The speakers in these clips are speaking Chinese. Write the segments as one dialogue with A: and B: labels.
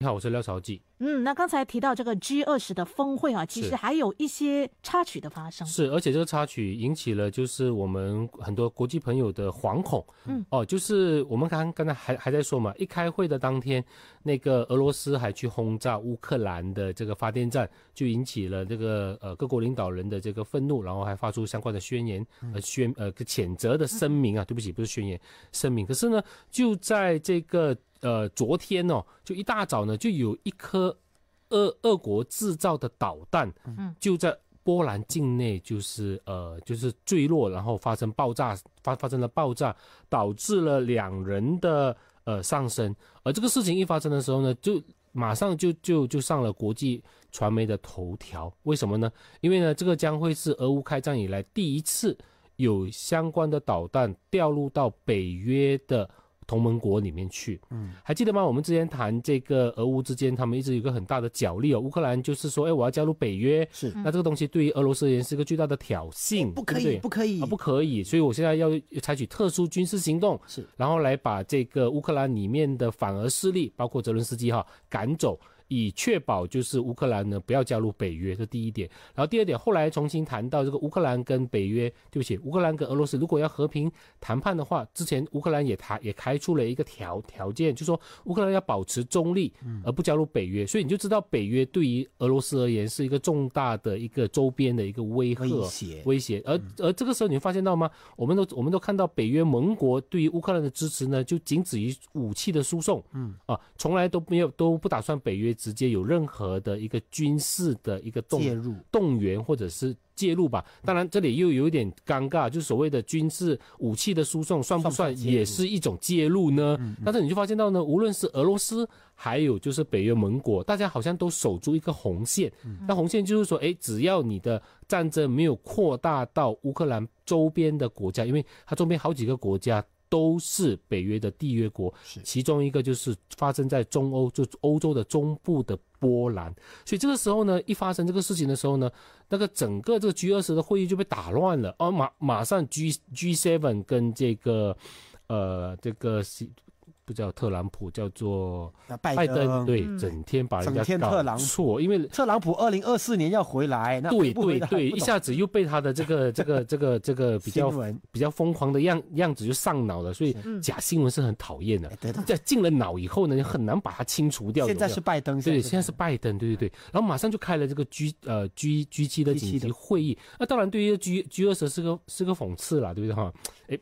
A: 你好，我是廖朝记。
B: 嗯，那刚才提到这个 G 二十的峰会啊，其
A: 是
B: 实还有一些插曲的发生。
A: 是，而且这个插曲引起了就是我们很多国际朋友的惶恐。
B: 嗯，
A: 哦，就是我们刚刚才还还在说嘛，一开会的当天，那个俄罗斯还去轰炸乌克兰的这个发电站，就引起了这个呃各国领导人的这个愤怒，然后还发出相关的宣言
B: 嗯
A: 呃宣呃谴责的声明啊，对不起，不是宣言声明。可是呢，就在这个呃昨天哦，就一大早呢，就有一颗俄俄国制造的导弹，
B: 嗯，
A: 就在波兰境内，就是呃，就是坠落，然后发生爆炸，发发生了爆炸，导致了两人的呃丧生。而这个事情一发生的时候呢，就马上就就就上了国际传媒的头条。为什么呢？因为呢，这个将会是俄乌开战以来第一次有相关的导弹掉入到北约的同盟国里面去。嗯，还记得吗？我们之前谈这个俄乌之间，他们一直有一个很大的角力哦。乌克兰就是说，哎，我要加入北约，
C: 是
A: 那这个东西对于俄罗斯人是个巨大的挑衅，
C: 嗯哦不可
A: 嗯对
C: 以，
A: 不
C: 不可以
A: 对啊，不可以。所以我现在要采取特殊军事行动，
C: 是
A: 然后来把这个乌克兰里面的反俄势力，包括泽伦斯基哈赶走，以确保就是乌克兰呢不要加入北约，这第一点。然后第二点，后来重新谈到这个乌克兰跟北约，对不起，乌克兰跟俄罗斯如果要和平谈判的话，之前乌克兰也谈也开出了一个条条件，就说乌克兰要保持中立，而不加入北约。所以你就知道北约对于俄罗斯而言是一个重大的一个周边的一个威吓。
C: 威胁，
A: 威胁。
C: 嗯
A: 而而这个时候，你会发现到吗？我们都我们都看到北约盟国对于乌克兰的支持呢，就仅止于武器的输送，嗯啊，从来都没有都不打算北约直接有任何的一个军事的一个动
C: 介入
A: 动员或者是。介入吧，当然这里又有一点尴尬，就是所谓的军事武器的输送算不
C: 算
A: 算
C: 不算介入嗯
A: 也是一种介入呢？但是你就发现到呢，无论是俄罗斯还有就是北约盟国，大家好像都守住一个红线。
C: 嗯
A: 那红线就是说，哎，只要你的战争没有扩大到乌克兰周边的国家，因为它周边好几个国家。都是北约的缔约国，
C: 是
A: 其中一个就是发生在中欧，就欧洲的中部的波兰。所以这个时候呢，一发生这个事情的时候呢，那个整个这个 G 二十的会议就被打乱了，哦，马马上 G G seven 跟这个呃这个西不叫特朗普，叫做
C: 那拜
A: 拜登，
C: 登，
A: 对，
B: 嗯
A: 整天把人
C: 整
A: 家
C: 天
A: 搞
C: 特朗普
A: 错，因为
C: 特朗普二零二四年要回来，那
A: 对
C: 回不回
A: 对
C: 来
A: 对，
C: 不
A: 一
C: 懂
A: 下子又被他的这 个这个这个这个比较
C: 新闻
A: 比较疯狂的样样子就上脑了，所以
B: 嗯
A: 假新闻是很讨厌的
C: 哎。对对
A: 在进了脑以后呢，你很难把它清除掉。有
C: 现
A: 没
C: 在
A: 有
C: 是拜登，
A: 对，现在是拜登，对对对，然后马上就开了这个 G 呃 G G 七的
C: G7
A: 紧急会议。那当然，对于 G G 二十是个是个讽刺啦，对不对哈？哎，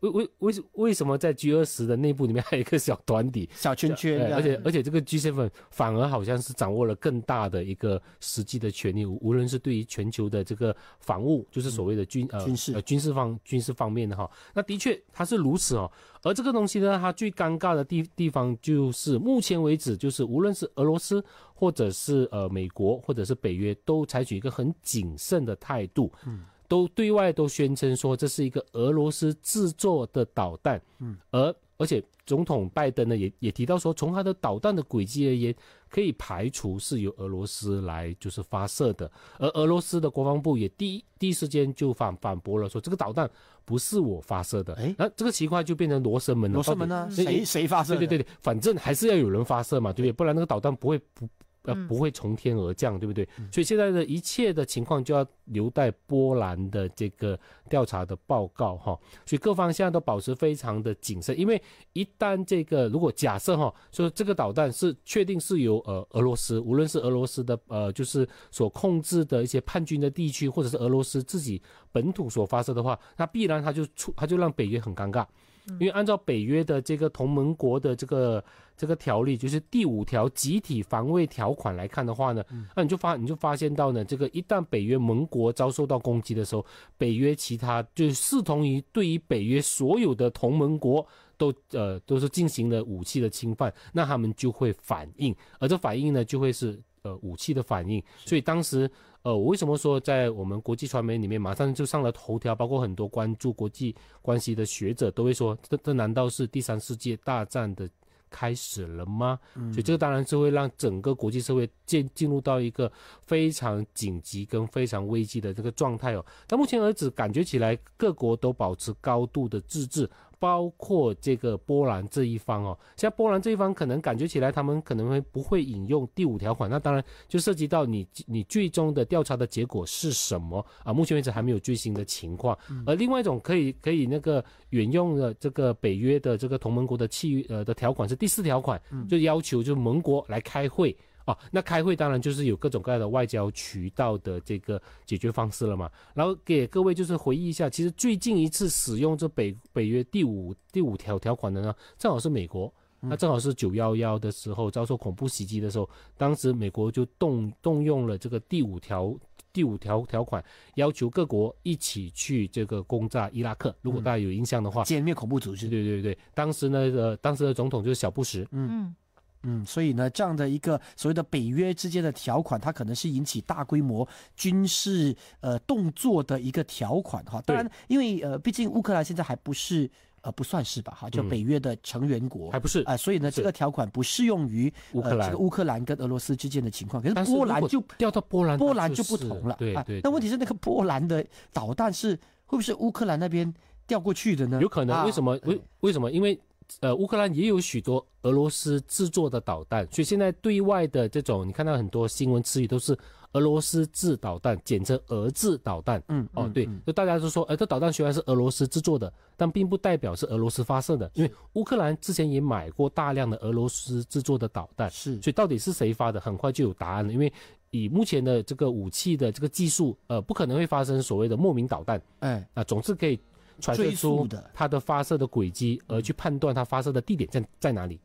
A: 为为为什为什么在 G 二十的内部里面还有一个小团体？
C: 小圈圈啊
A: 对，
C: 这样，
A: 而且而且这个 G seven 反而好像是掌握了更大的一个实际的权利，无无论是对于全球的这个防务，就是所谓的军呃
C: 军事
A: 呃军事方军事方面的哈，那的确它是如此哦。而这个东西呢，它最尴尬的地地方就是目前为止，就是无论是俄罗斯或者是呃美国或者是北约，都采取一个很谨慎的态度，嗯。都对外都宣称说这是一个俄罗斯制作的导弹，而而且总统拜登呢也也提到说，从他的导弹的轨迹而言，可以排除是由俄罗斯来就是发射的，而俄罗斯的国防部也第一第一时间就反反驳了说，这个导弹不是我发射的
C: 诶，
A: 那这个情况就变成罗生门了，
C: 罗生门
A: 到底
C: 呢？
A: 对
C: 谁谁发射
A: 对
C: 的？
A: 对对对，反正还是要有人发射嘛，对不对？不然那个导弹不会不呃
B: 嗯
A: 不会从天而降，对不对？所以现在的一切的情况就要留待波兰的这个调查的报告哈。所以各方现在都保持非常的谨慎，因为一旦这个如果假设哈，说这个导弹是确定是由呃俄罗斯，无论是俄罗斯的呃就是所控制的一些叛军的地区，或者是俄罗斯自己本土所发射的话，那必然它就出它就让北约很尴尬。因为按照北约的这个同盟国的这个这个条例，就是第五条集体防卫条款来看的话呢，那你就发你就发现到呢，这个一旦北约盟国遭受到攻击的时候，北约其他就是视同于对于北约所有的同盟国都呃都是进行了武器的侵犯，那他们就会反应，而这反应呢就会是呃武器的反应。所以当时呃我为什么说在我们国际传媒里面马上就上了头条，包括很多关注国际关系的学者都会说，这这难道是第三世界大战的开始了吗？所以这个当然是会让整个国际社会进进入到一个非常紧急跟非常危机的这个状态哦。到目前为止，感觉起来各国都保持高度的自治，包括这个波兰这一方哦，像波兰这一方可能感觉起来，他们可能会不会引用第五条款？那当然就涉及到你你最终的调查的结果是什么啊？目前为止还没有最新的情况。而另外一种可以可以那个引用的这个北约的这个同盟国的契约呃的条款是第四条款，就要求就盟国来开会。哦，那开会当然就是有各种各样的外交渠道的这个解决方式了嘛。然后给各位就是回忆一下，其实最近一次使用这北北约第五第五条条款的呢，正好是美国。那正好是九幺幺的时候遭受恐怖袭击的时候，当时美国就动动用了这个第五条第五条条款，要求各国一起去这个攻炸伊拉克。如果大家有印象的话，
C: 歼灭恐怖组
A: 对
C: 织。
A: 对对对，当时呢呃当时的总统就是小布什，
B: 嗯，
C: 嗯，所以呢，这样的一个所谓的北约之间的条款，它可能是引起大规模军事呃动作的一个条款哈。当然，因为呃，毕竟乌克兰现在还不是呃不算是吧哈，就
A: 嗯
C: 北约的成员国
A: 还
C: 啊、
A: 不是
C: 所以呢，
A: 是
C: 这个条款不适用于
A: 乌克
C: 呃
A: 兰
C: 这个乌克兰跟俄罗斯之间的情况。可是
A: 但是如
C: 波兰
A: 果
C: 就
A: 调到波兰，
C: 波
A: 它
C: 兰
A: 就
C: 就不
A: 是
C: 同了，
A: 对
C: 啊
A: 对，
C: 那问题是那个波兰的导弹是会不会是乌克兰那边调过去的呢？
A: 有可能
C: 啊
A: 为什么？为为什么？因为呃，乌克兰也有许多俄罗斯制作的导弹，所以现在对外的这种，你看到很多新闻词语都是俄罗斯制导弹，简称俄制导弹。
C: 嗯
A: 哦
C: 嗯，
A: 对
C: 嗯，
A: 就大家都说，呃，这导弹虽然是俄罗斯制作的，但并不代表是俄罗斯发射的，因为乌克兰之前也买过大量的俄罗斯制作的导弹，
C: 是
A: 所以到底是谁发的，很快就有答案了。因为以目前的这个武器的这个技术，呃，不可能会发生所谓的莫名导弹，
C: 哎
A: 啊，总是可以揣测
C: 追溯
A: 出
C: 的
A: 它的发射的轨迹，而去判断它发射的地点在在哪里。